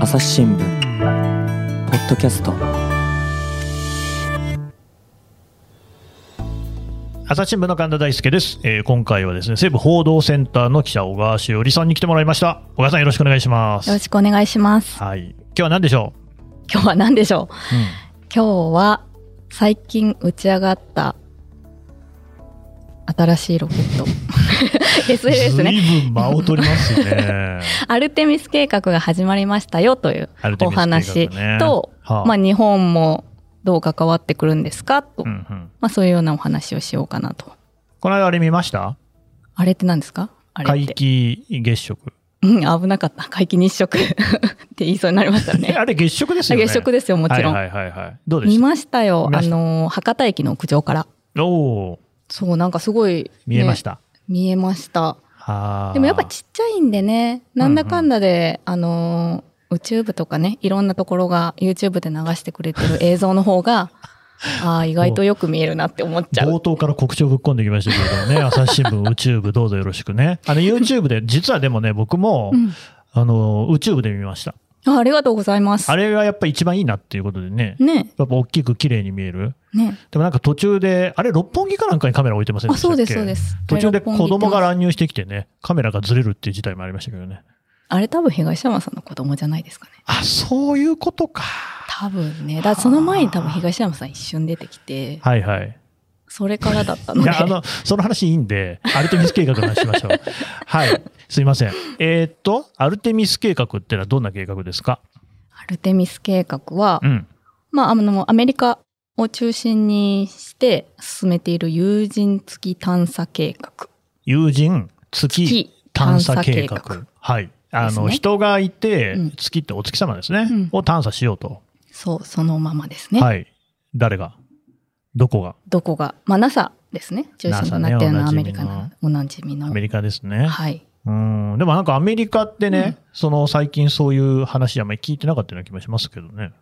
朝日新聞ポッドキャスト朝日新聞の神田大輔です、えー今回はですね西部報道センターの記者小川しおりさんに来てもらいました小川さんよろしくお願いしますよろしくお願いします。はい今日は何でしょ今日は何でしょうう、今日は最近打ち上がった新しいロケット。ず SLS ね。いぶん間を取ります ねアルテミス計画が始まりましたよというアルテおミス計画ね話と、はあまあ日本もどう関わってくるんですかと、うんうんまあそういうようなお話をしようかなと。この間あれ見ましたあれって何ですかあれ皆って。既月食うん、危なかった。皆既日食 って言いそうになりましたね。あれ月食ですよね月食ですよ、もちろん。はいはいはいはいどうで見しましたよ。見まあしたの、博多駅の屋上から。たおおそう、なんかすごい、。見えましたた、見えました。はあでもやっぱちっちゃいんでね、なんだかんだで、あのー、宇宙部とかね、いろんなところが YouTube で流してくれてる映像の 方が、ああ、意外とよく見えるなって思っちゃ冒う。頭から告知をぶっ込んできましたけれ どもね、朝日新聞、宇宙部、どうぞよろしくね。あの、YouTube で、実はでもね、僕も、うんあの、宇宙部で見ました。あありがとうございますあ。れがやっぱ一番いいなっていうことでね、ねやっぱ大きく綺麗に見える。ねでもなんか途中で、あれ、六本木かなんかにカメラ置いてませんであ、したっけそうです、そうです。途中で子供があれ乱入してきてね、カメラがずれるっていう事態もありましたけどね。あれ多分東山さんの子供じゃないですかね。あ、そういうことか。多分ね。だからその前に多分東山さん一瞬出てきて、はいはい。それからだったの いで。や、あの、その話いいんで、アルテミス計画の話しま しょう。はい。すいません。えーっと、アルテミス計画ってのはどんな計画ですかアルテミス計画は、うん。まあ、あの、アメリカを中心にして進めている有人月探査計画。友人月月探査計探査計画。はい。あの、ですね人がいてうん、月ってお月様ですね、うんを探査しようと。そう、そのままですね。はい。誰がどこがどこが、まあ、NASA ですね。中心となっているの NASA ねはアメリカのおなじみの。アメリカですね。はい。うん。でもなんかアメリカってね、その最近そういう話あんまり聞いてなかったような気もしますけどね。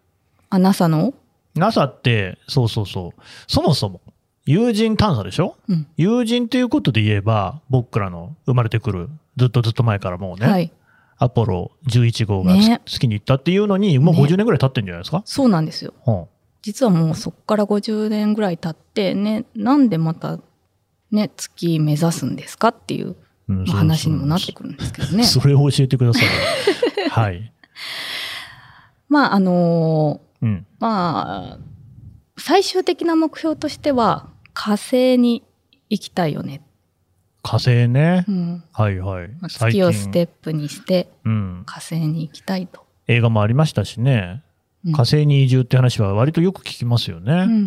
あ、NASA の NASA って、そうそうそう。そもそも、友人探査でしょうん。友人ということで言えば、僕らの生まれてくる、ずっとずっと前からもうね、はい。アポロ11号がつ、ね月に行ったっていうのに、もうね50年ぐらい経ってんじゃないですか、そうなんですよ。うん実はもうそこから50年ぐらい経って、ね、なんでまた、ね、月目指すんですかっていううんまあ話にもなってくるんですけどね。それを教えてくださ い。はい。まあ、あのーうん。まあ、最終的な目標としては、火星に行きたいよね。火星ね。うんはいはいまあ。最月近をステップにして、うん。火星に行きたいと。映画もありましたしね。うん火星に移住って話は割とよく聞きますようんうんね。うんううんうん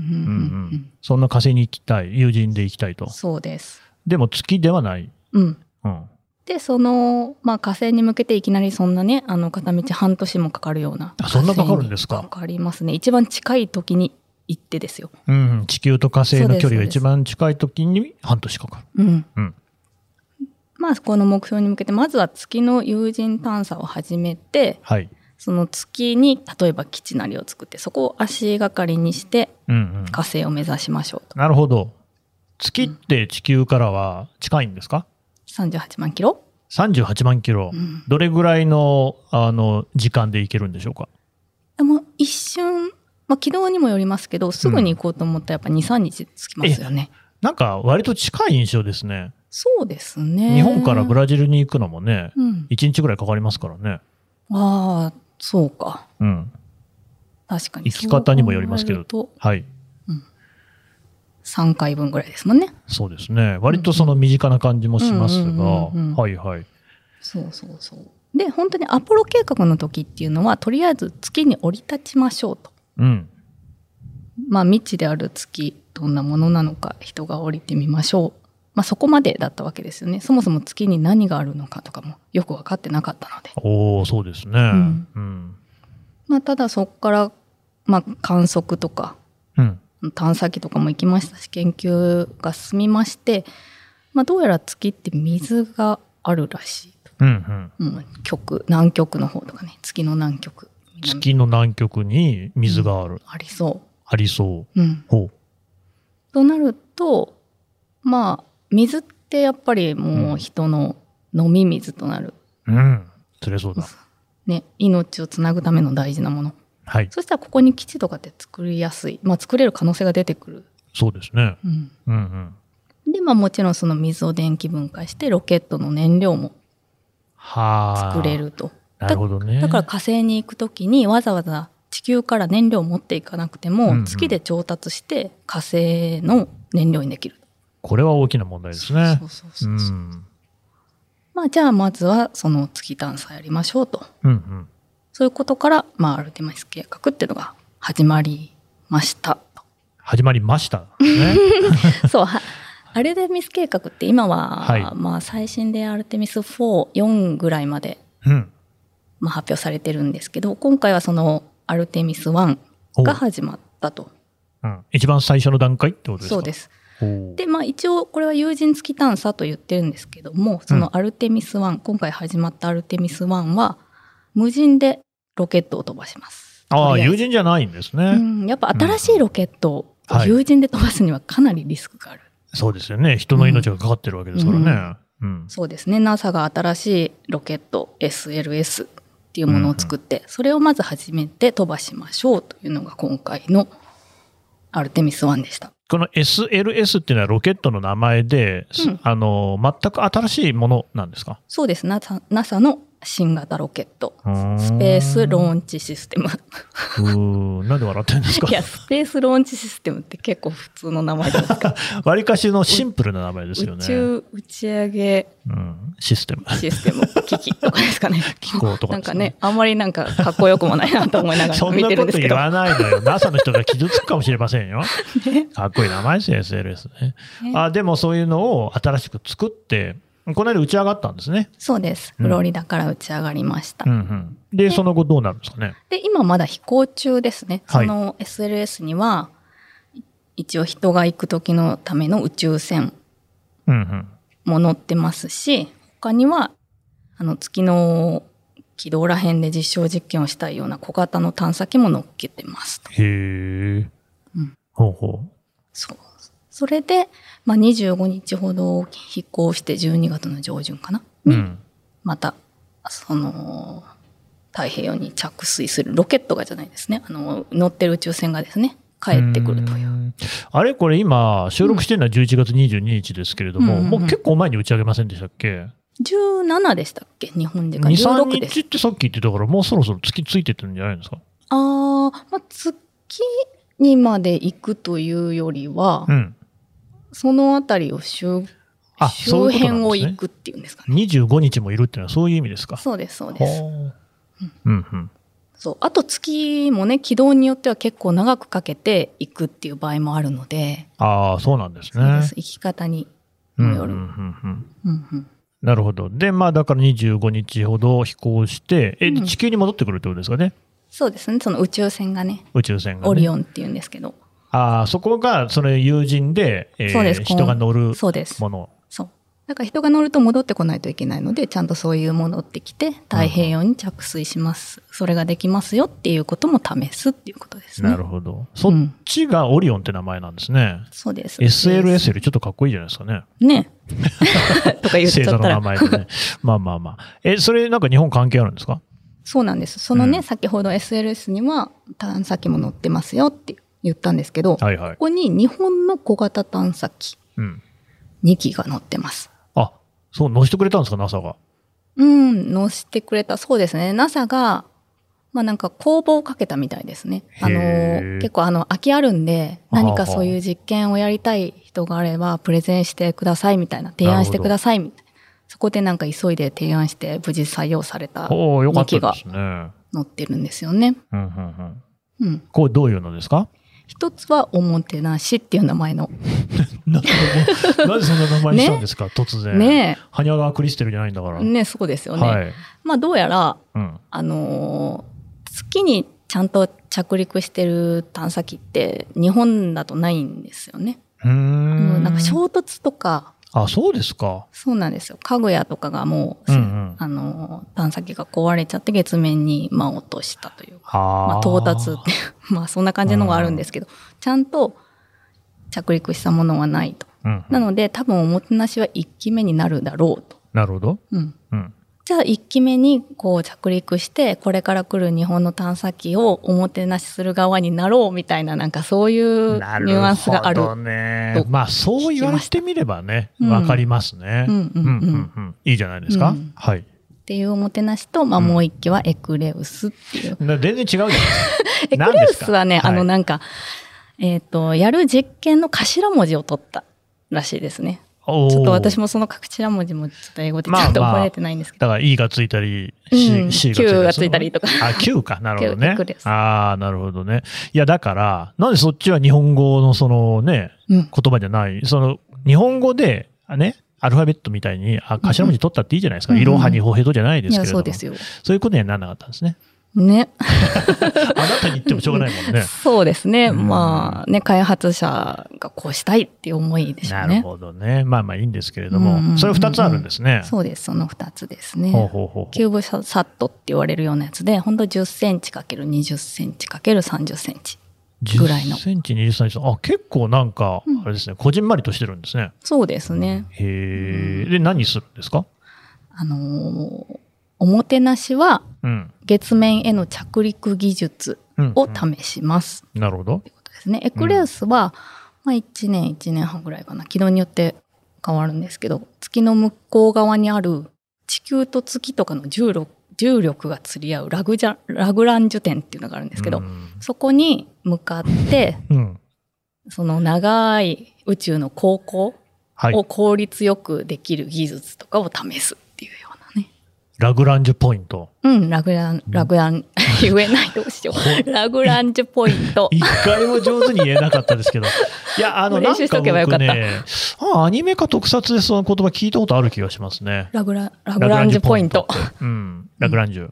ん。そんな火星に行きたい。友人で行きたいと。そうです。でも月ではない。うん。うん。で、その、まあ、火星に向けていきなりそんなね、あの、片道半年もかかるような。あそんなかかるんですか火星にかかりますね。一番近い時に行ってですよ。うん、地球と火星の距離がそうです一番近い時に半年かかる。うん。うんまあ、この目標に向けて、まずは月の有人探査を始めて、はい。その月に例えば基地なりを作ってそこを足がかりにしてうんうん。火星を目指しましょうとなるほど。月って地球からは近いんですか38万キロ、 ?38 万キロう。ん、どれぐらいの、あの、時間で行けるんでしょうかでも一瞬、まあ、軌道にもよりますけどすぐに行こうと思ったらやっぱ23日つきますよね、なんか、割と近い印象ですね。そうですね日本からブララジルに行くのもね、うん、 1日ぐらいかかりますからね。ああそうかうん。確かに行き方にもよりますけどそう考えるはい。と3回分ぐらいですもんねそうですね。割とその身近な感じもしますが、うんうんうんうんはいはい。そうそうそうで本当にアポロ計画の時っていうのはとりあえず月に降り立ちましょうとうん。まあ、未知である月どんなものなのか人が降りてみましょう、まあ、そこまでだったわけですよねそもそも月に何があるのかとかもよく分かってなかったので、おー、そうですね。んうん。まあ、ただそこから、まあ、観測とかうん。探査機とかも行きましたし研究が進みまして、まあ、どうやら月って水があるらしいと、うんうん。うん、極南極の方とかね月の南極南月の南極に水がある、ありそありそうう、うん、ほとなるとまあ水ってやっぱりもう人の飲み水となる、ううん釣れそうだね、命をつなぐための大事なもの。はい。そしたらここに基地とかって作りやすい。まあ作れる可能性が出てくる。そうですね。うん。うんうん。で、まあもちろんその水を電気分解してロケットの燃料もはあ。作れ。ると。なるほどね。だから火星に行くときにわざわざ地球から燃料を持っていかなくてうんうもん月で調達して火星の燃料にできる。これは大きな問題ですねそ。うそううそん。ううそうんまあじゃあまずはその月探査やりましょうと。うん。そういうことから、まあアルテミス計画っていうのが始まりました。始まりました。 ね。そう、はアルテミス計画って今は、はいまあ最新でアルテミス4、4ぐらいまで、うん。まあ、発表されてるんですけど、今回はそのアルテミス1おうが始まったと。うん。一番最初の段階ってことですか。そうですす。おうで、まあ一応これは有人月探査と言ってるんですけども、そのアルテミス1、今回始まったアルテミス1は、無人でロケットを飛ばします。あとあ、りえず友人じゃないんですうね。ん、やっぱ新しいロケットをうんはい友人で飛ばすにはかなりリスクがある。そうですよね。人の命がかかってるわけですからね。うん。そうですね。NASA が新しいロケット SLS っていうものを作って、それをまず始めて飛ばしましょうというのが今回のアルテミス1でした。この SLS っていうのはロケットの名前で、すうんあの、全く新しいものなんですかそうです。NASA, NASA の新型ロケット。スペースローンチシステム。ン。うーんなんで笑ってるんですかいや、スペースローンチシステムって結構普通の名前じゃないですか。わりかしのシンプルな名前ですよ宇ね。宙打ち上げうん、システム。システム機器とかですかね。 機構とかなんですかねね、あんまりなんかかっこよくもないなと思いな がそらん見なてるんこでとす言けど。わないのよ。NASA の人が傷つくかもしれませんよ。ねかっこいい名前ですよ、SLS ね。ねあでもそういうのを新しく作って、この間打ち上がったんですね。 そうです。うんフロリダから打ち上がりました。うんうん、で、その後どうなるんですかね。で、今まだ飛行中ですね。はいその SLS には、一応人が行く時のための宇宙船うんうん、も乗ってますし、他には、あの、月の軌道ら辺で実証実験をしたいような小型の探査機も乗っけてますと。へえ、うんほうほそう。それで、まあ、25日ほど飛行して12月の上旬かな。う。うん。またその太平洋に着水するロケットがじゃないですねあの乗ってる宇宙船がですね帰ってくるという。んあれこれ今、収録してるのは11月22日ですけれども、うんうんうんもう結構前に打ち上げませんでしたっけ17でしたっけ日本時 ?2、間16 3です日ってさっき言ってたから、もうそろそろ月ついてってるんじゃないんですかあー、まあ月にまで行くというよりは、うん。その辺りを周あ、そういうこと周辺なんをです行ね。くっていうんですかね25日もいるっていうのはそういう意味ですか。そうですそうですほうんううんうん。そうあと月もね軌道によっては結構長くかけて行くっていう場合もあるので,、ああ、そうなんですそうねです。行き方にうんもよるうんうんうんうんうんなるほど。で、まあ、だから25日ほど飛行して、え、でうん地球に戻ってくるってことですかね、そうですねその宇宙船がね宇宙船が、ね。オリオンっていうんですけど、ああ、そこが、その友人で、えーそうです人が乗るそうですもの。そうだから人が乗ると戻ってこないといけないのでちゃんとそういう戻ってきて太平洋に着水します、それができますよっていうことも試すっていうことですねなるほど。そっちがオリオンって名前なんですね。そうですで SLS すよりちょっとかっこいいじゃないですかね。 ねとか言っ星ちゃ座っのた名ら前でね。まあまあまあ。え、それなんか日本関係あるんですかそうなんですそのね、うん先ほど SLS には探査機も乗ってますよって言ったんですけど、はいはいこ。こに日本の小型探査機うん。 2機が乗ってますあ、そう、乗せてくれたんですか、NASA が。うん、乗してくれた。そうですね。NASA が、まあなんか工房をかけたみたいですね。あへの、ー結構あの、空きあるんで、はは何かそういう実験をやりたい人があれば、プレゼンしてくださいみたいな、提案してくださいみたいな。そこでなんか急いで提案して、無事採用されたおお、よかっ2た機がですね。うん乗ってるんですよね。うんうん。うん。これどういうのです か一つはおもてなしっていう名前の。なんでなんでそんな名前にしたんですか、突然。ね羽川クリステルじゃないんだから。え。ねそうですよね。はい。まあどうやら、うん。あのー月にちゃんと着陸してる探査機って日本だとないんですよね。うー。もうんなんか衝突とか、あ、そうですか。そうなんですよ。家具屋とかがもう、うんうんあのー探査機が壊れちゃって月面にまあ落としたというか、はまあ、到達っていう、 まあそんな感じのがあるんですけど、ちゃんと着陸したものはないと。うん、なので多分おもてなしは1機目になるだろうと。なるほど。うん。うん。じゃあ1機目にこう着陸して、これから来る日本の探査機をおもてなしする側になろうみたいな、なんかそういうニなるュアンスがある。ほどねと。まあそう言われてみればね、うんわかりますね。うんうんうんうんいいじゃないですか。うんはい。っていうおもてなしと、まあ、うんもう1機はエクレウスっていう。な全然違うじ ゃないですか。エク何でレウすかスはね、はいあのなんか、えっ、と、やる実験の頭文字を取ったらしいですね。おーちょっと私もその頭文字もちょっと英語でちゃんとまあまあ覚えてないんですけど。だから E がついたり、うん C, C がついたり。 Q がついたりとかあ、Q か。なるほどね Q で。すああ、なるほどね。いや、だから、なんでそっちは日本語のそのね、うん。言葉じゃない。その、日本語で、あね、アルファベットみたいに、あ頭文字取ったっていいじゃないですか。うんうんいろはにほへとじゃないでいすけや、れども。そうですよ。そういうことにはならなかったんです ね。ね。あなたに言ってもしょうがないもんね。 そうですね。うんまあね、開発者がこうしたいっていう思いでしょなうるね。ほどね。まあまあいいんですけれどうんうんうんうも、んそれ2つあるんですね。そうです。その2つですほうね。ほうほうキューブサットって言われるようなやつで、本当10センチ ×20 センチ ×30 センチ。ぐらいの10センチ、20センチ。あ、結構なんかうん、あれですね、こじんまりとしてるんですね。そうですね。へえ。で、何するんですかあのーおもてなしはうん。月面への着陸技術うんを試します。なるほど。ということですね。エクレウスは、まあ1年1年半ぐらいかな。軌道によって変わるんですけど、月の向こう側にある地球と月とかの重力重力が釣り合うラグジャラグランジュ点っていうのがあるんですけど、うんそこに向かって、うん。その長い宇宙の航行はいを。効率よくできる技術とかを試すっていうようなね。ラグランジュポイント。うん、ラグラン、ラグラン、言えないどうしよう。ラグランジュポイント。一回も上手に言えなかったです けど。いや、あの、なん練か習しとけばよか僕ったね、あアニメか特撮でその言葉聞いたことある気がしますね。ラグラ、ラグランジュポイント。って。うん。ラグランジュ。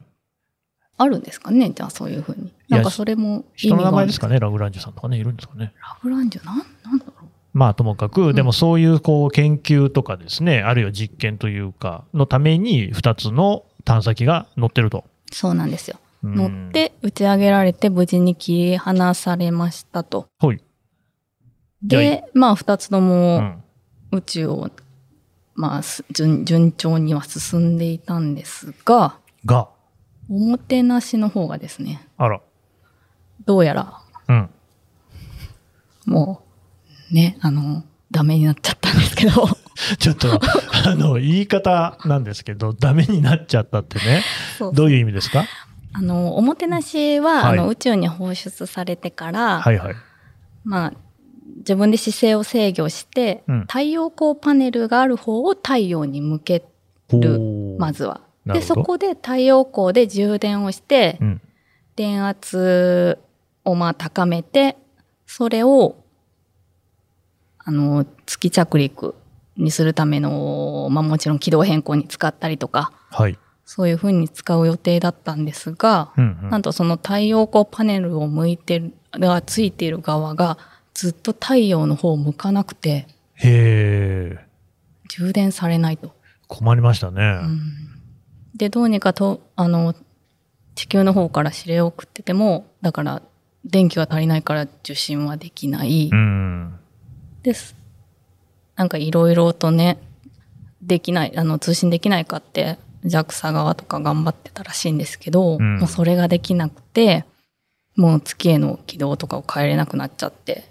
あるんですかねじゃあそういうふうに。やなんかそれも意人味の名があ前るんですかね、ラグランジュさんとかね、いるんですかね。ラグランジュなんなんだろうまあともかく、でもそういうこう研究とかですね、あるいは実験というか、のために2つの探査機が乗ってると。そうなんですよ。うん乗っ。て打ち上げられて無事に切り離されましたと。ほい。じゃあいいで、まあ二つとうもん。宇宙を、まあす順順調には進んでいたんですが、が、おもてなしの方がですね、あら。どうやらうん。もうね、あの、ダメになっちゃったんですけど、 ちょっと、 あの、言い方なんですけど、ダメになっちゃったってね。そうどういう意味ですかあの、おもてなしは、はいあの宇宙に放出されてから、はいはい。まあ、自分で姿勢を制御して、うん太陽光パネルがある方を太陽に向けほるう、ま。ずは。なるで、ほどそこで太陽光で充電をしてう、ん。電圧をまあ高めて、それを、あの、月着陸にするための、まあもちろん軌道変更に使ったりとか、はい。そういうふうに使う予定だったんですが、うん、うん。なんとその太陽光パネルを向いてる、がついている側がずっと太陽の方を向かなくてへえ。充電されないと。困りましたね。で、どうにかと、あの、地球の方から指令を送ってても、だから電気が足りないから受信はできないうん。です。なんかいろいろとね、できない、あの、通信できないかって、JAXA 側とか頑張ってたらしいんですけど、うんもうそれができなくて、もう月への軌道とかを変えれなくなっちゃって、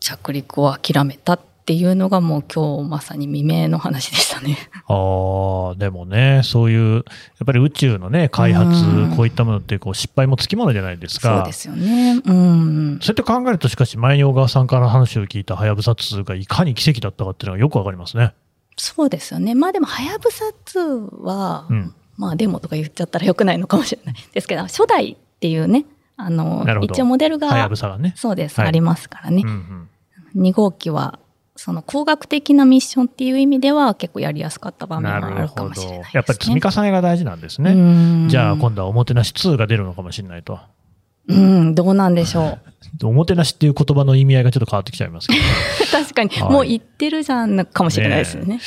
着陸を諦めたっていうのがもう今日まさに未明の話でしたね。ああ、でもね、そういう、やっぱり宇宙のね、開発うん、こういったものってこう失敗もつきものじゃないですそうかで。すよね。うん。そうやって考えると、しかし、前に小川さんから話を聞いたハヤブサ2がいかに奇跡だったかっていうのがよくわかりますね。そうですよね。まあでも、はやぶさ2は、うん。まあデモとか言っちゃったら良くないのかもしれないですけど、初代っていうね、あのなるほ、ど一応モデルハヤがブ、サがね。そうです、はいありますからねうんう。ん。 2号機は、その工学的なミッションっていう意味では結構やりやすかった場面なはあるるかほもしどれないですね。。やっぱり積み重ねが大事なんですね。ねじゃあ、今度はおもてなし2が出るのかもしれないと。うん、どうなんでしょ う。おもてなしっていう言葉の意味合いがちょっと変わってきちゃいますけ確かに、はいもう言ってるじゃんかもしれないですよね。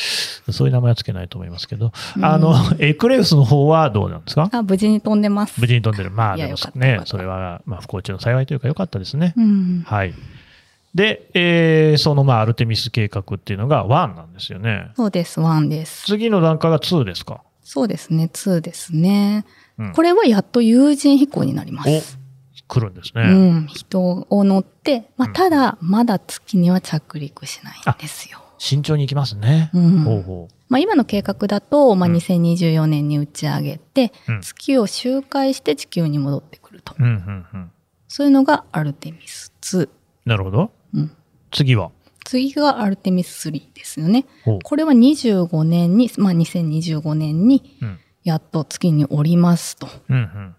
ど、そういう名前はつけないと思いますけど、うんあの、エクレウスの方はどうなんですかあ、無事に飛んでます。無事に飛んでる。まあ、いやでもよかったよねかっ、たそれは、まあ、不幸中の幸いというか良かったですね。うん。はい。で、えーその、まあ、アルテミス計画っていうのが1なんですよね。そうです、ワンです。次の段階が2ですか。そうですね、2ですね。うんこれはやっと有人飛行になりまおす。来るんですうね。ん、人を乗って、まあ、うんただ、まだ月には着陸しないんですよ。慎重に行きますね。うんほうほまあ、今の計画だと、まあ、うん2024年に打ち上げて、うん月を周回して地球に戻ってくると。う。うんうんうん。そういうのがアルテミス2。なるほど。うん、次は。次がアルテミス3ですよね。ほうこれは25年に、まあ、2025年にうんやっと月に降りますと。うんうん。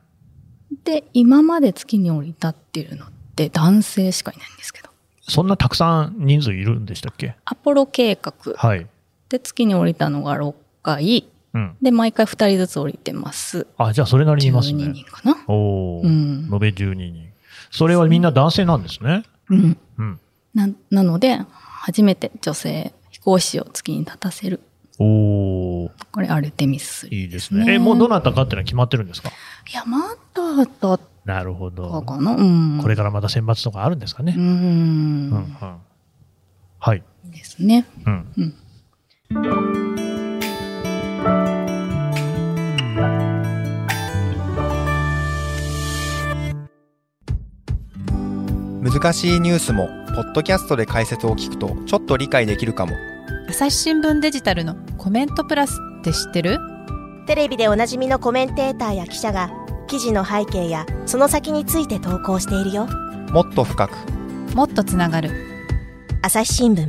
で、今まで月に降り立っているのって男性しかいないんですけど。そんなたくさん人数いるんでしたっけアポロ計画はい。で月に降りたのが6回。うん。で、毎回2人ずつ降りてます。あ、じゃあそれなりにいます12ね人。かな。おお、うん延べ12人。それはみんな男性なんですね。うん。うん。ななので初めて女性飛行士を月に立たせるおお、これアルテミス3いいですねね。え、もうどなたかってのは決まってるんですかいやまだだっなるほどた。かなうんこれからまた選抜とかあるんですかうね。ん、うん、うん。はい。ですねうん。うん難しいニュースもポッドキャストで解説を聞くとちょっと理解できるかも朝日新聞デジタルのコメントプラスって知ってるテレビでおなじみのコメンテーターや記者が記事の背景やその先について投稿しているよもっと深くもっとつながる朝日新聞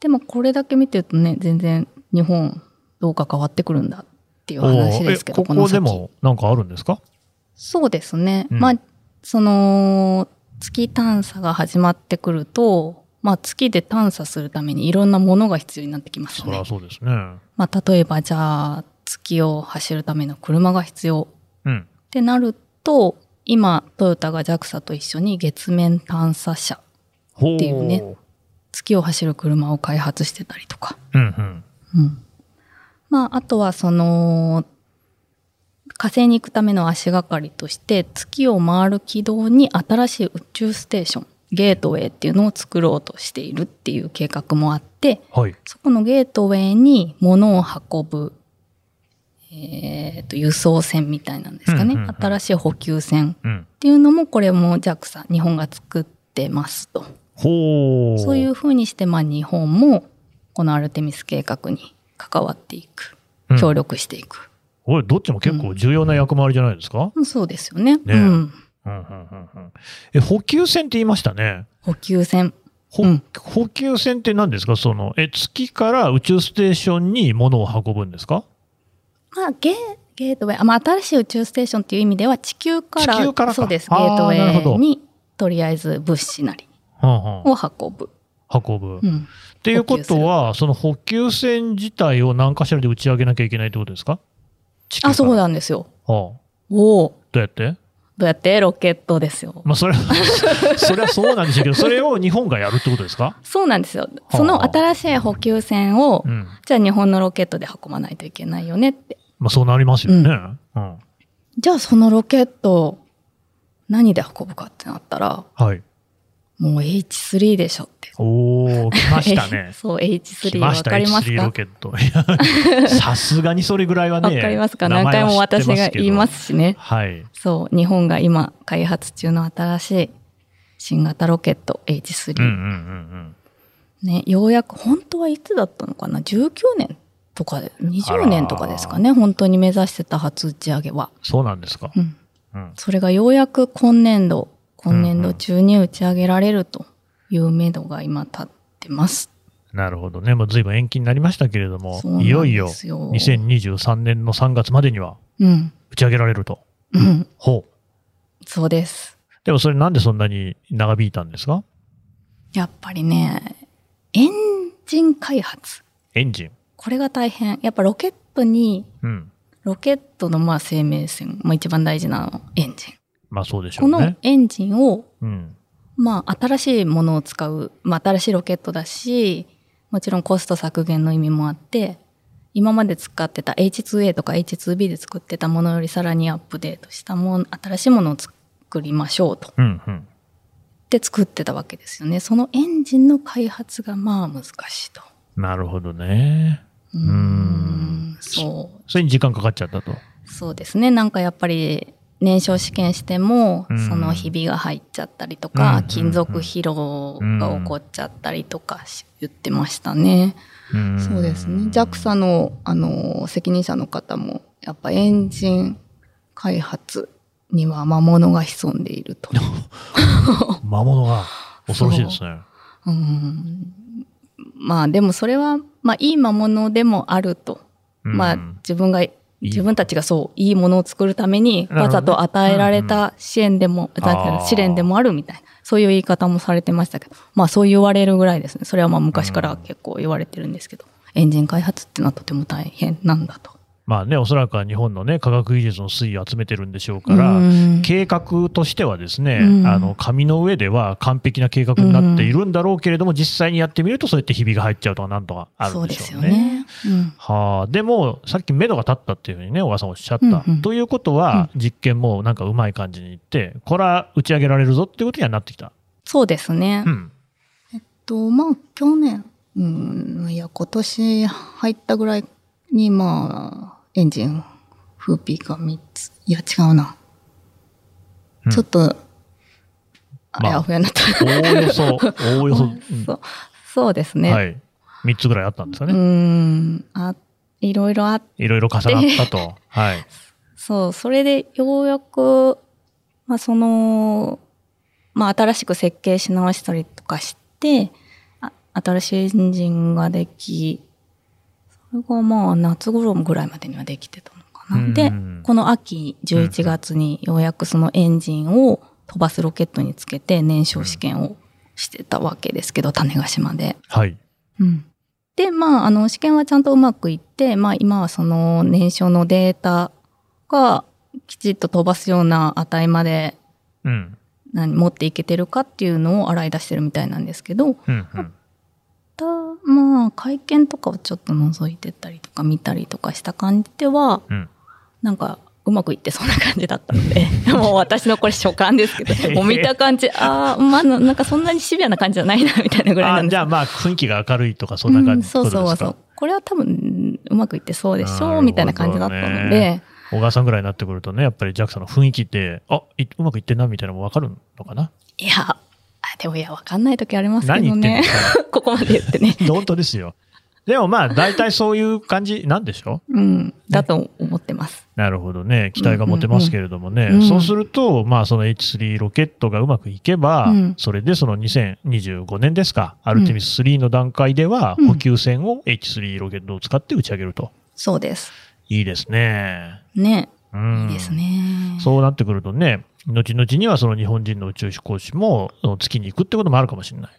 でもこれだけ見てるとね全然日本どうか変わってくるんだっていうお話ーですけえどこのこ先でもなんかあるんですかそうですね、うんまあその月探査が始まってくるとまあ、月で探査するためにいろんなものが必要になってきますよそねりゃ。そうですね。まあ、例えばじゃあ月を走るための車が必要うん。ってなると今トヨタが JAXA と一緒に月面探査車ほっていうね月を走る車を開発してたりとか、うんうん。うんまあ、あとはその火星に行くための足がかりとして月を回る軌道に新しい宇宙ステーションゲートウェイっていうのを作ろうとしているっていう計画もあってはい。そこのゲートウェイに物を運ぶ、えーと輸送船みたいなんですかね、うんうんうん新しい補給船うん。っていうのもこれも JAXA 日本が作ってますとほう。そういうふうにして、まあ、日本もこのアルテミス計画に関わっていくうん協力していく、これどっちも結構重要な役回りじゃないですか、うんそうですよねえうん、うん、うんうんうん。え、補給船って言いましたね。補給船ほうん補給船って何ですかその、え、月から宇宙ステーションに物を運ぶんですかまあゲゲートウェイあ、まあ、新しい宇宙ステーションっていう意味では地球から地球からかそうですゲあーートウなるほェイどにとりあえず物資なりうんうんを運ぶ、運ぶ。うっん、ていうことは、その補給船自体を何かしらで打ち上げなきゃいけないってことですか地球からあそう。なんですよはあおおどうやってどうやってロケットですよまあ、それ は、それはそうなんでしょうけど、それを日本がやるってことですかそうなんですよあその新しい補給船をうん。じゃあ日本のロケットで運ばないといけないよねってまあ、そうなりますよね。うん、じゃあそのロケットを何で運ぶかってなったらはい。もう H3 でしょって。おー、来ました ね。そう H3 来まわした、かります H3 ロかケット。いやさすがにそれぐらいはわね。かりますか名何前回はも知って私けどが言いま。すしね。はい。そう日本が今開発中の新しい新型ロケットうんうん H3、うんねようやく本当はいつだったのかな19年とかで20年とかですかね本当に目指してた初打ち上げは。そうなんですか。うんうん。それがようやく今年度、今年度中に打ち上げられるという目処が今立ってます。なるほどね。もう随分延期になりましたけれどもそうなん、でいすよよいよ2023年の3月までにはうん。打ち上げられると。うん。ほう。そうです。でもそれなんでそんなに長引いたんですかやっぱりね、エンジン開発。エンジン。これが大変。やっぱロケットに、うん。ロケットのまあ生命線、まあ一番大事なのはエンジン。まあそうでしょこうのね。エンジンを、うん。まあ新しいものを使う、まあ新しいロケットだし、もちろんコスト削減の意味もあって、今まで使ってた H2A とか H2B で作ってたものよりさらにアップデートしたもの、新しいものを作りましょうと。うんうん。で作ってたわけですよね。そのエンジンの開発がまあ難しいと。なるほどね。ううーん。うん、そうそれに時間かかっちゃったと。そうですね。なんかやっぱり燃焼試験しても、うんそのひびが入っちゃったりとうんうんか、うん金属疲労が起こっちゃったりとかし言ってましたね。うんそうですね。JAXA のあの責任者の方もやっぱエンジン開発には魔物が潜んでいる と。魔物が恐ろしいですね。うん、まあでもそれはまあいい魔物でもあると。うんまあ自分が自分たちがそういいものを作るためなるにほどねわざと与えられた支援でも、んうんなんていうのあー試練でもあるみたいなそういう言い方もされてましたけどまあそう言われるぐらいですねそれはまあ昔から結構言われてるんですけど、エンジン開発っていうのはとても大変なんだと。まあね、おそらくは日本のね、科学技術の推移を集めてるんでしょうから、うん計画としてはですね、うんあの紙の上では完璧な計画になっているんだろうけれども、実際にやってみるとそうやってひびが入っちゃうとかなんとかあるそんうででしすょうよね。ね。うんはあ、でもさっき目処が立ったっていうふうにね小川さんおっしゃった、うんうんということは、実験もなんかうまい感じにいってこれは打ち上げられるぞっていうことにはなってきた。そうですね。うんとまあ去年うんいや今年入ったぐらいにまあエンジン風ピが3ついや違うな、うんちょっとあまあやふやになった、おおよ そおおよそ、うんそうそうですね、はい、3つぐらいあったんですかうね、んあいろいろあっいろいろ重なった と、はい、そうそれでようやく、まあ、その、まあ、新しく設計し直したりとかしてあ新しいエンジンができそれがまあ夏頃ぐらいまでにはできてたのかな。うでんこの秋11月にようやくそのエンジンを飛ばすロケットにつけて燃焼試験をしてたわけですけど種子島で。はいうん、でまああの試験はちゃんとうまくいって、まあ、今はその燃焼のデータがきちっと飛ばすような値までうん何持っていけてるかっていうのを洗い出してるみたいなんですけうどんうんたまあ会見とかをちょっと覗いてったりとか見たりとかした感じではうんなんかうまくいってそうな感じだったの でもう私のこれ初感ですけどもう見た感じああまあなんかそんなにシビアな感じじゃないなみたいなぐらいなんあですけどじゃあまあ雰囲気が明るいとかそんな感じってうことんそうでそすうそかうこれは多分うまくいってそうでしなるほょどうねみたいな感じだったので、小川さんぐらいになってくるとねやっぱり JAXA の雰囲気ってあいうまくいってんなみたいなのも分かるのかないやあでもいやわかんない時ありますけ何言どってんのね ここまで言ってね本当ですよ。でもまあ大体そういう感じなんでしょうんだと思ってます、なるほどね。期待が持てますけれどもね。うんうんうんそうすると、まあその H3 ロケットがうまくいけば、うんそれでその2025年ですか、アルテミス3の段階ではうん補給船を H3 ロケットを使って打ち上げると。そうですいいですね。ねうんいいですね、そうなってくるとね、後々にはその日本人の宇宙飛行士もその月に行くってこともあるかもしれない。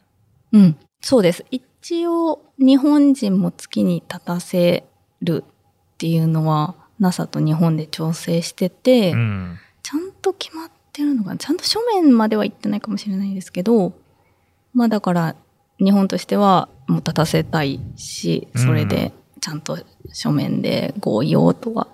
うん、そうです一応日本人も月に立たせるっていうのは NASA と日本で調整してて、うん。ちゃんと決まってるのかなちゃんと書面までは言ってないかもしれないですけど、まあだから、日本としてはもう立たせたいし、うんそれでちゃんと書面で合意をとは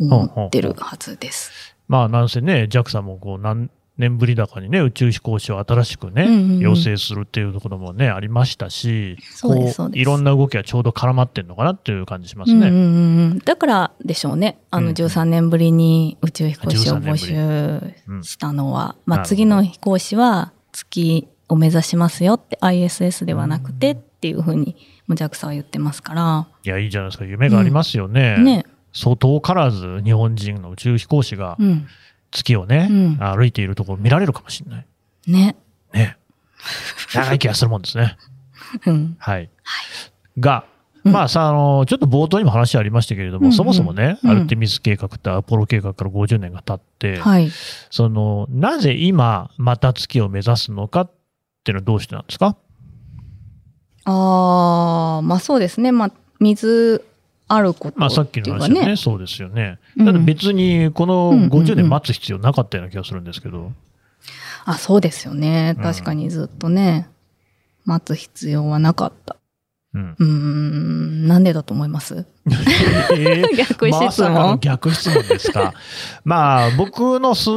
思ってるはずです。まあなんせね、JAXA もこう何年ぶりだかにね、宇宙飛行士を新しくね、うんうんうん養成するっていうところもね、ありましたし、そうでこすそううですいろんな動きがちょうど絡まってんのかなっていう感じしますうんうね。んうんうんだからでしょうね。あうんうのん13年ぶりに宇宙飛行士を募ぶりうん集したのは、なまるほあど次の飛行士は月を目指しますよって ISS ではなくてっていうふうにもう JAXA は言ってますから。いや、いいじゃないですか。夢がありますよね。ね。そう遠からず日本人の宇宙飛行士がうん。月をね、うん歩いているところ見られるかもしれない。ね。 ね。長い気がするもんですね。うん。はい。が、うんまあさ、あの、ちょっと冒頭にも話ありましたけれども、うんうんそもそもね、うんアルテミス計画とアポロ計画から50年が経って、はい。その、なぜ今、また月を目指すのかっていうのはどうしてなんですかああ、まあそうですね。まあ、水あることっていうかね。まあさっきの話はね、そうですよね。うんだって別に、このうんうんうん50年待つ必要なかったような気がするんですけど、あ、そうですよね。うん確かにずっとね、待つ必要はなかった。 うん。うーん、なんでだと思いますえー 逆質問、まさかの逆質問です か。まあ、僕のす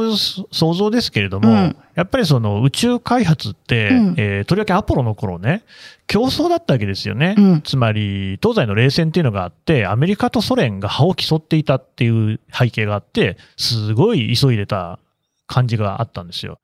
想像ですけれども、うんやっぱりその宇宙開発って、うんえーとりわけアポロの頃ね、競争だったわけですよね。うんつまり、東西の冷戦っていうのがあって、アメリカとソ連が歯を競っていたっていう背景があって、すごい急いでた感じがあったんですよ。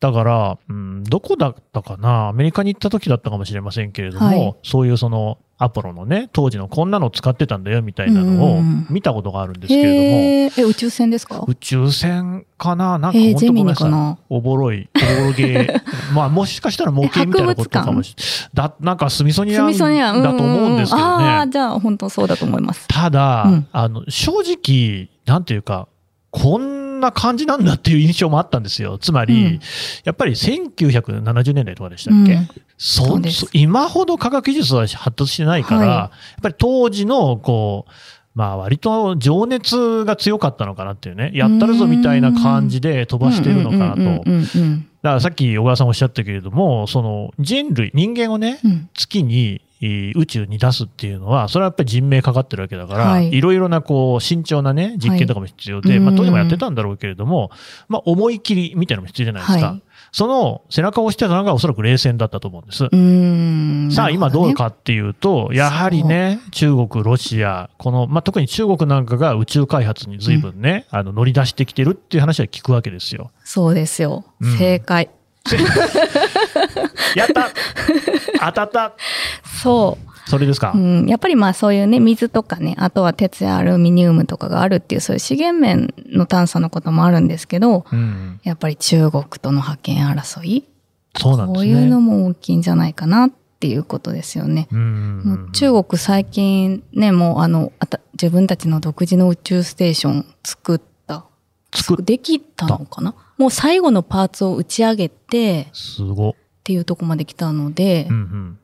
だから、うん、どこだったかな、アメリカに行った時だったかもしれませんけれども、はいそういうそのアポロのね、当時のこんなの使ってたんだよみたいなのうをん見たことがあるんですけれども、へーえ、宇宙船ですか宇宙船かな、なんか本えー、当ジェごめミんなニかさい。なおぼろい、おぼろげ、 まあもしかしたら模型みたいなことかもしれない。だなんかスミソニスアンミソニアンだと思うんですけうどんうんああ、ね。じゃあ本当そうだと思います。ただ、うんあの、正直、なんていうか、こんな感じなんだっていう印象もあったんですよ。つまり、うんやっぱり1970年代とかでしたっけ、うんそそうですそ今ほど科学技術は発達してないから、はいやっぱり当時の、こう、まあ割と情熱が強かったのかなっていうね、やったるぞみたいな感じで飛ばしてるのかなと。うんだかうんうんうんらさっき小川さんおっしゃったけれども、その人類、人間をね、うんうん月にえー宇宙に出すっていうのは、それはやっぱり人命かかってるわけだから、はいい、ろいろなこう慎重なね、実験とかも必要で、はいまあうん当時もやってたんだろうけれども、まあ思い切りみたいなのも必要じゃないですか。はいその背中を押してたのがおそらく冷戦だったと思うんです。うーんさあ、なる今ほどうねかっていうと、やはりね、中国、ロシア、この、まあ、特に中国なんかが宇宙開発に随分ね、あの、乗り出してきてるっていう話は聞くわけですよ。そうですようん。正解。 やった当たったそう。それですか、うん、やっぱりまあそういうね水とかねあとは鉄やアルミニウムとかがあるっていうそういう資源面の探査のこともあるんですけどうん。やっぱり中国との覇権争い、そうなんでこすうね。いうのも大きいんじゃないかなっていうことですよね。うんうんもううん中国最近ねもうあのあた自分たちの独自の宇宙ステーション作った作っできたのかなもう最後のパーツを打ち上げてすご。っていうとこまで来たのでう、ん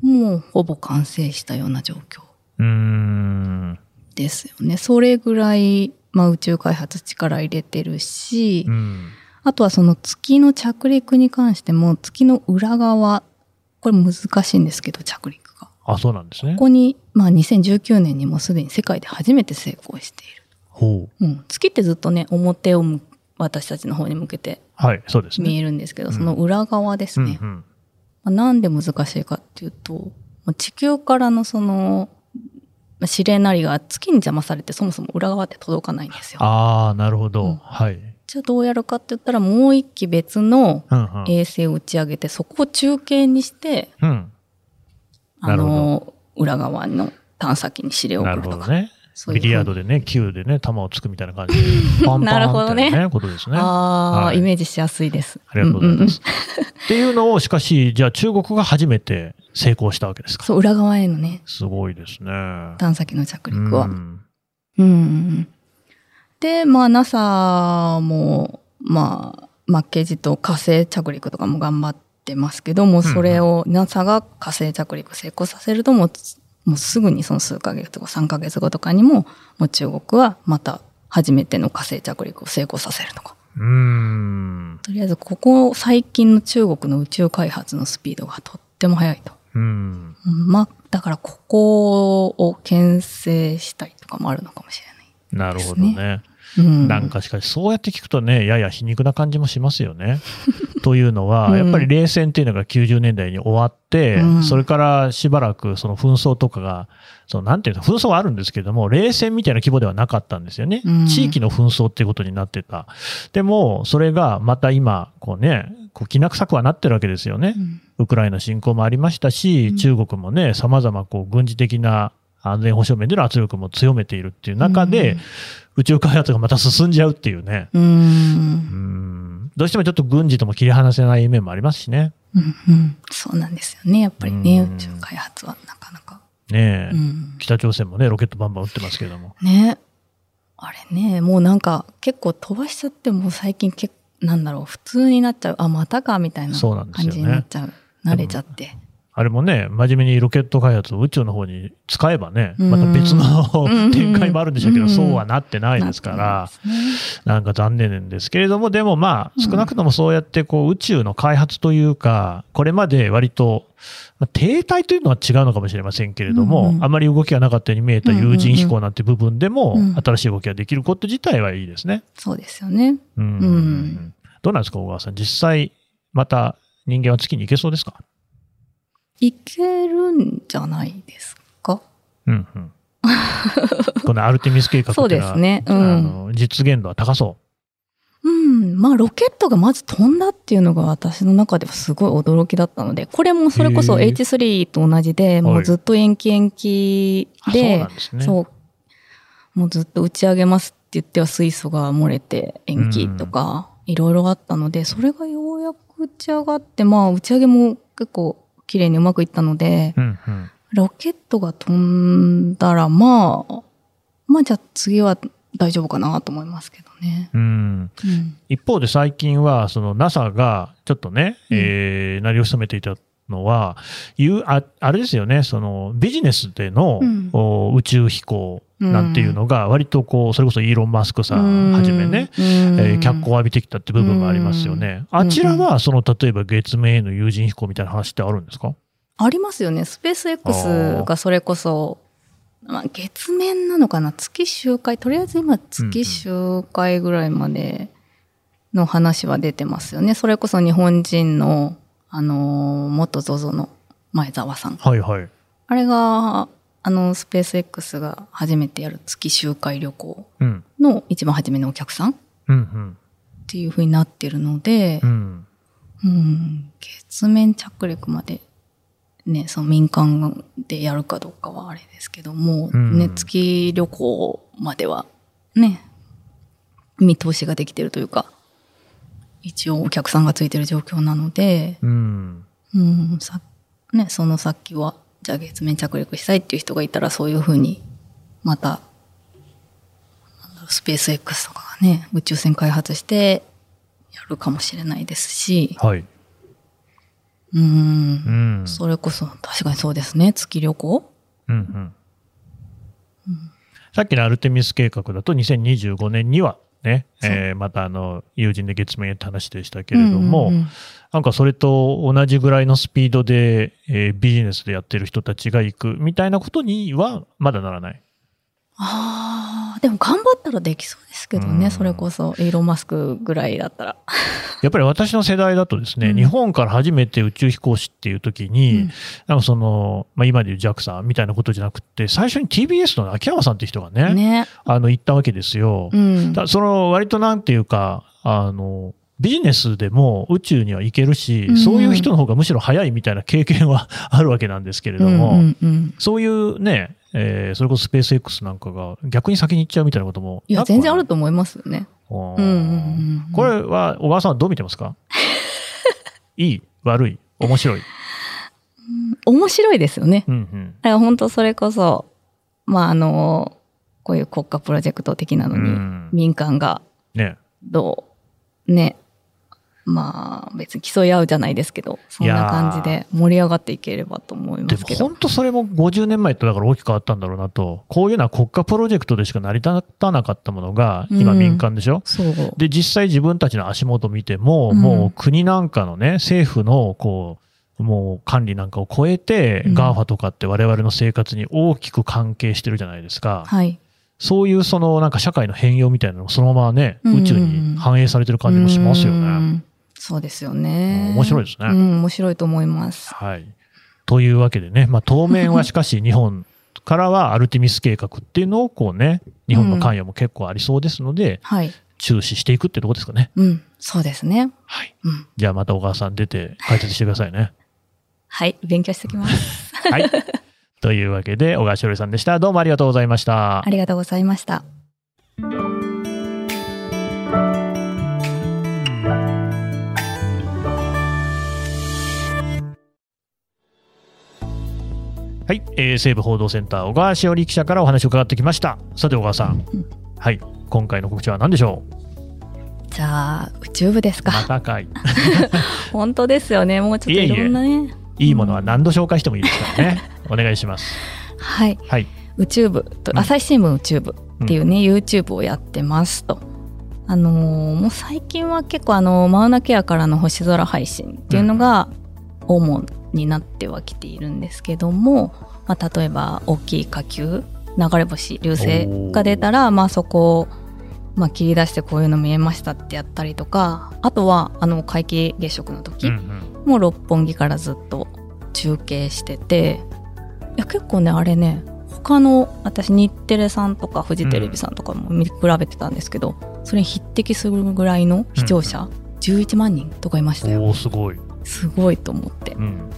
もうほぼ完成したような状況。うん。うーん。ですよね。それぐらい、まあ、宇宙開発力入れてるし、うん。あとはその月の着陸に関しても月の裏側これ難しいんですけど着陸が。あ、そうなんですねこ。こに、まあ、2019年にもすでに世界で初めて成功していほう。る。うん、月ってずっとね表をむ私たちの方に向けてはい、そうです見ね。えるんですけど、うんその裏側ですうね。んうん。まあなんで難しいかっていうと、もう地球からのその、まあ指令なりが月に邪魔されてそもそも裏側って届かないんですよ。ああ、なるほど。うんはい。じゃあどうやるかって言ったらもう一機別のうんうん。衛星を打ち上げてそこを中継にして、うん。なあるほどの、裏側の探査機に指令をな送るるほとどか。ね。そういうビリふうにヤードでね、球でね、球をつくみたいな感じ で、パンパなるほンどみたねいなね、ことですね。あああ、はいイメージしやすいです。りがとうございんんまんす。っていうのを、しかし、じゃあ中国が初めて成功したわけですか。そう、裏側へのね、すごいですね。探査機の着陸うは。んうんうんうん。で、まあ NASA も、まあ、マッケージと火星着陸とかも頑張ってますけども、それを NASA が火星着陸成功させるともう、もうすぐにその数ヶ月後、3ヶ月後とかにも、もう中国はまた初めての火星着陸を成功させるとか。うーん。とりあえず、ここ最近の中国の宇宙開発のスピードがとっても速いと。うん。うんまあ、だからここを牽制したいとかもあるのかもしなるほどね。れない。うん、なんかしかし、そうやって聞くとね、やや皮肉な感じもしますよね。 というのは、うんやっぱり冷戦っていうのが90年代に終わって、うんそれからしばらくその紛争とかが、そのなんていうの、紛争はあるんですけども、冷戦みたいな規模ではなかったんですよね。うん地域の紛争っていうことになってた。でも、それがまた今、こうね、こうきな臭くはなってるわけですよね。うんウクライナ侵攻もありましたし、うん中国もね、様々こう軍事的な安全保障面での圧力も強めているっていう中で、うん宇宙開発がまた進んじゃうっていうね。うー。うんん。どうしてもちょっと軍事とも切り離せない面もありますしね。うんうん。そうなんですよね。やっぱりね、うん宇宙開発はなかなか。ねえ、うん。北朝鮮もね、ロケットバンバン撃ってますけれども。ね。あれね、もうなんか結構飛ばしちゃってもう最近結構、なんだろう、普通になっちゃう。あ、またかみたいなそうなん感ですよねじになっちゃう。慣れちゃって。あれもね、真面目にロケット開発を宇宙の方に使えばね、うんまた別うの ん展開もあるんでしょうけうど、んそうはなってないですから、なんか残念ですけれども、でもまあ、うん少なくともそうやってこう宇宙の開発というか、これまで割と、まあ停滞というのは違うのかもしれませんけれども、うんうんあまり動きがなかったように見えた有人飛行なんて部分でも、うん新しい動きができること自体はいいですね。そうですよね。うんうんどうなんですか、小川さん、実際、また人間は月に行けそうですか、いけるんじゃないですか。うん うん、このアルテミス計画ってそういうでのはすね。うあん。の実現度は高そうん。まあ、ロケットがまず飛んだっていうのが私の中ではすごい驚きだったので、これもそれこそへえ H3 と同じで、もうずっと延期延期う。あで、そうなんですね。そうもうずっと打ち上げますって言っては水素が漏れて延期とかいろいろあったので、それがようやく打ち上がってまあ打ち上げも結構綺麗にうまくいったのでうんうんロケットが飛んだらまあまあじゃあ次は大丈夫かなと思いますけどね。うん、うん一方で最近は、その NASA がちょっとね、うんえー、鳴りを潜めていたのは、いうああれですよね、そのビジネスでの、うんお宇宙飛行なんていうのが、割とこう、それこそイーロン・マスクさんはじめね、、うんえー脚光を浴びてきたって部分もありますよね。んあちらは、その、例えば月面への有人飛行みたいな話ってあるんですかありますよね。スペースあ X ーがそれこそ、まあ、月面なのかな月周回。とりあえず今月周回ぐらいまでの話は出てますよね。それこそ日本人の、あのー、元 ZOZO の前澤さん。はいはい。あれが、あの、スペース X が初めてやる月周回旅行うん。の一番初めのお客さんっうんていう風になってるのでうん。う、ん。うん、月面着陸まで、ね、その民間でやるかどうかはあれですけども、うんね、月旅行までは、ね、見通しができてるというか、一応お客さんがついてる状況なので、うん。うん、さ、ね、その先は、じゃあ月面着陸したいっていう人がいたらそういうふうに、また、なんだろうスペース X とかがね、宇宙船開発してやるかもしれないですし、はい。うーんう。ん。それこそ、確かにそうですね。月旅行うんうん。さっきのアルテミス計画だと2025年にはね、うえーまたあの友人で月面へって話でしたけれども、なんかそれと同じぐらいのスピードで、えービジネスでやってる人たちが行くみたいなことにはまだならない。ああ、でも頑張ったらできそうですけどね。うんそれこそ、イーロン・マスクぐらいだったら。やっぱり私の世代だとですね、うん日本から初めて宇宙飛行士っていう時に、うんなんかその、まあ、今でいう JAXA みたいなことじゃなくて、最初に TBS の秋山さんって人がね、ね。あの行ったわけですよ。うん。だその割となんていうか、あの、ビジネスでも宇宙には行けるし、うんそういう人の方がむしろ早いみたいな経験は あるわけなんですけれども、うんうんうんそういうね、えーそれこそスペース X なんかが逆に先に行っちゃうみたいなことも。いや、全然あると。と思いますよね。うんうんうんうん。これは小川さんはどう見てますかいい悪い面白い。面白いですよね。うんうんだから本当それこそ、まあ、あの、こういう国家プロジェクト的なのうに、ん民間がね、どう、ね。まあ、別に競い合うじゃないですけど、そんな感じいで盛り上がっていければと思いまですもけど。本当それも50年前とだから大きく変わったんだろうなとこういうのは国家プロジェクトでしか成り立たなかったものが今うん民間でしょ、そう。で実際自分たちの足元見ても、うんもう国なんかのね政府のこうもう管理なんかを超えて、うん GAFA とかって我々の生活に大きく関係してるじゃないですか、はい。そういうそのなんか社会の変容みたいなのもそのままねうんうんうん宇宙に反映されてる感じもしますよね、うん。そうですよね。面白いですねうん、面白いと思います。はい。というわけでね、まあ、当面はしかし日本からはアルティミス計画っていうのをこうね、日本の関与も結構ありそうですので、はい。注視していくってとこですかね。うん、そうですね。はい。うん。じゃあまた小川さん出て解説してくださいね。はい、勉強してき ます。はい。というわけで、小川しおりさんでした。どうもありがとうございましたあ。りがとうございました。はい。えー西部報道センター、小川しおり記者からお話を伺ってきました。さて小川さん。うんはい。今回の告知は何でしょうじゃあ、宇宙部ですまか。たかい。本当ですよね。もうちょっといろんなね、いいものは何度紹介してもいいですからね。お願いします。はい、はい宇宙部と、うん朝日新聞宇宙部っていうね、YouTube をやってますと。あのーもう最近は結構あのーマウナケアからの星空配信っていうのが主になってはきているんですけども、まあ、例えば大きい火球流れ星流星が出たら、まあ、そこを、まあ、切り出してこういうの見えましたってやったりとかあとはあの皆既月食の時、うんもう六本木からずっと中継してていや結構ねあれね他の私日テレさんとかフジテレビさんとかも見比べてたんですけど、それに匹敵するぐらいの視聴者、11万人とかいましたうん、よおおすごい、すごいと思ってう、ん、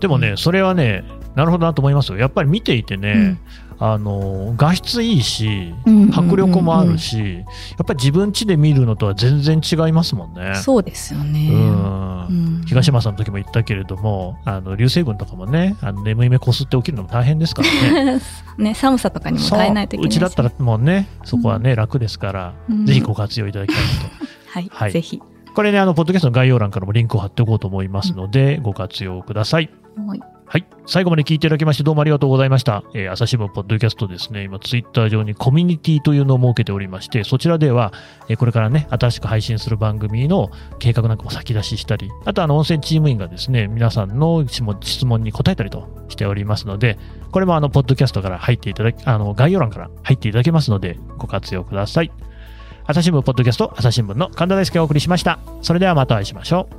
でもねそれはねなるほどなと思いますよやっぱり見ていてね、あの画質いいしうん迫力もあるし、やっぱり自分家で見るのとは全然違いますもんね。そうですよね、うんうん東山さんの時も言ったけれども、あの流星群とかもね、あの眠い目こすって起きるのも大変ですからね。 ね寒さとかにも耐えないというけないしちだったらもうね、そこはね、楽ですから、うんぜひご活用いただきたいなと。はい、はいぜひこれね、あの、ポッドキャストの概要欄からもリンクを貼っておこうと思いますので、ご活用ください。はいはい。最後まで聞いていただきまして、どうもありがとうございました。えー朝日新聞ポッドキャストですね、今、ツイッター上にコミュニティというのを設けておりまして、そちらでは、えーこれからね、新しく配信する番組の計画なんかも先出ししたり、あと、あの、温泉チーム員がですね、皆さんの質問質問に答えたりとしておりますので、これも、あの、ポッドキャストから入っていただき、あの、概要欄から入っていただけますので、ご活用ください。朝日新聞ポッドキャスト、朝日新聞の神田大輔がお送りしました。それではまたお会いしましょう。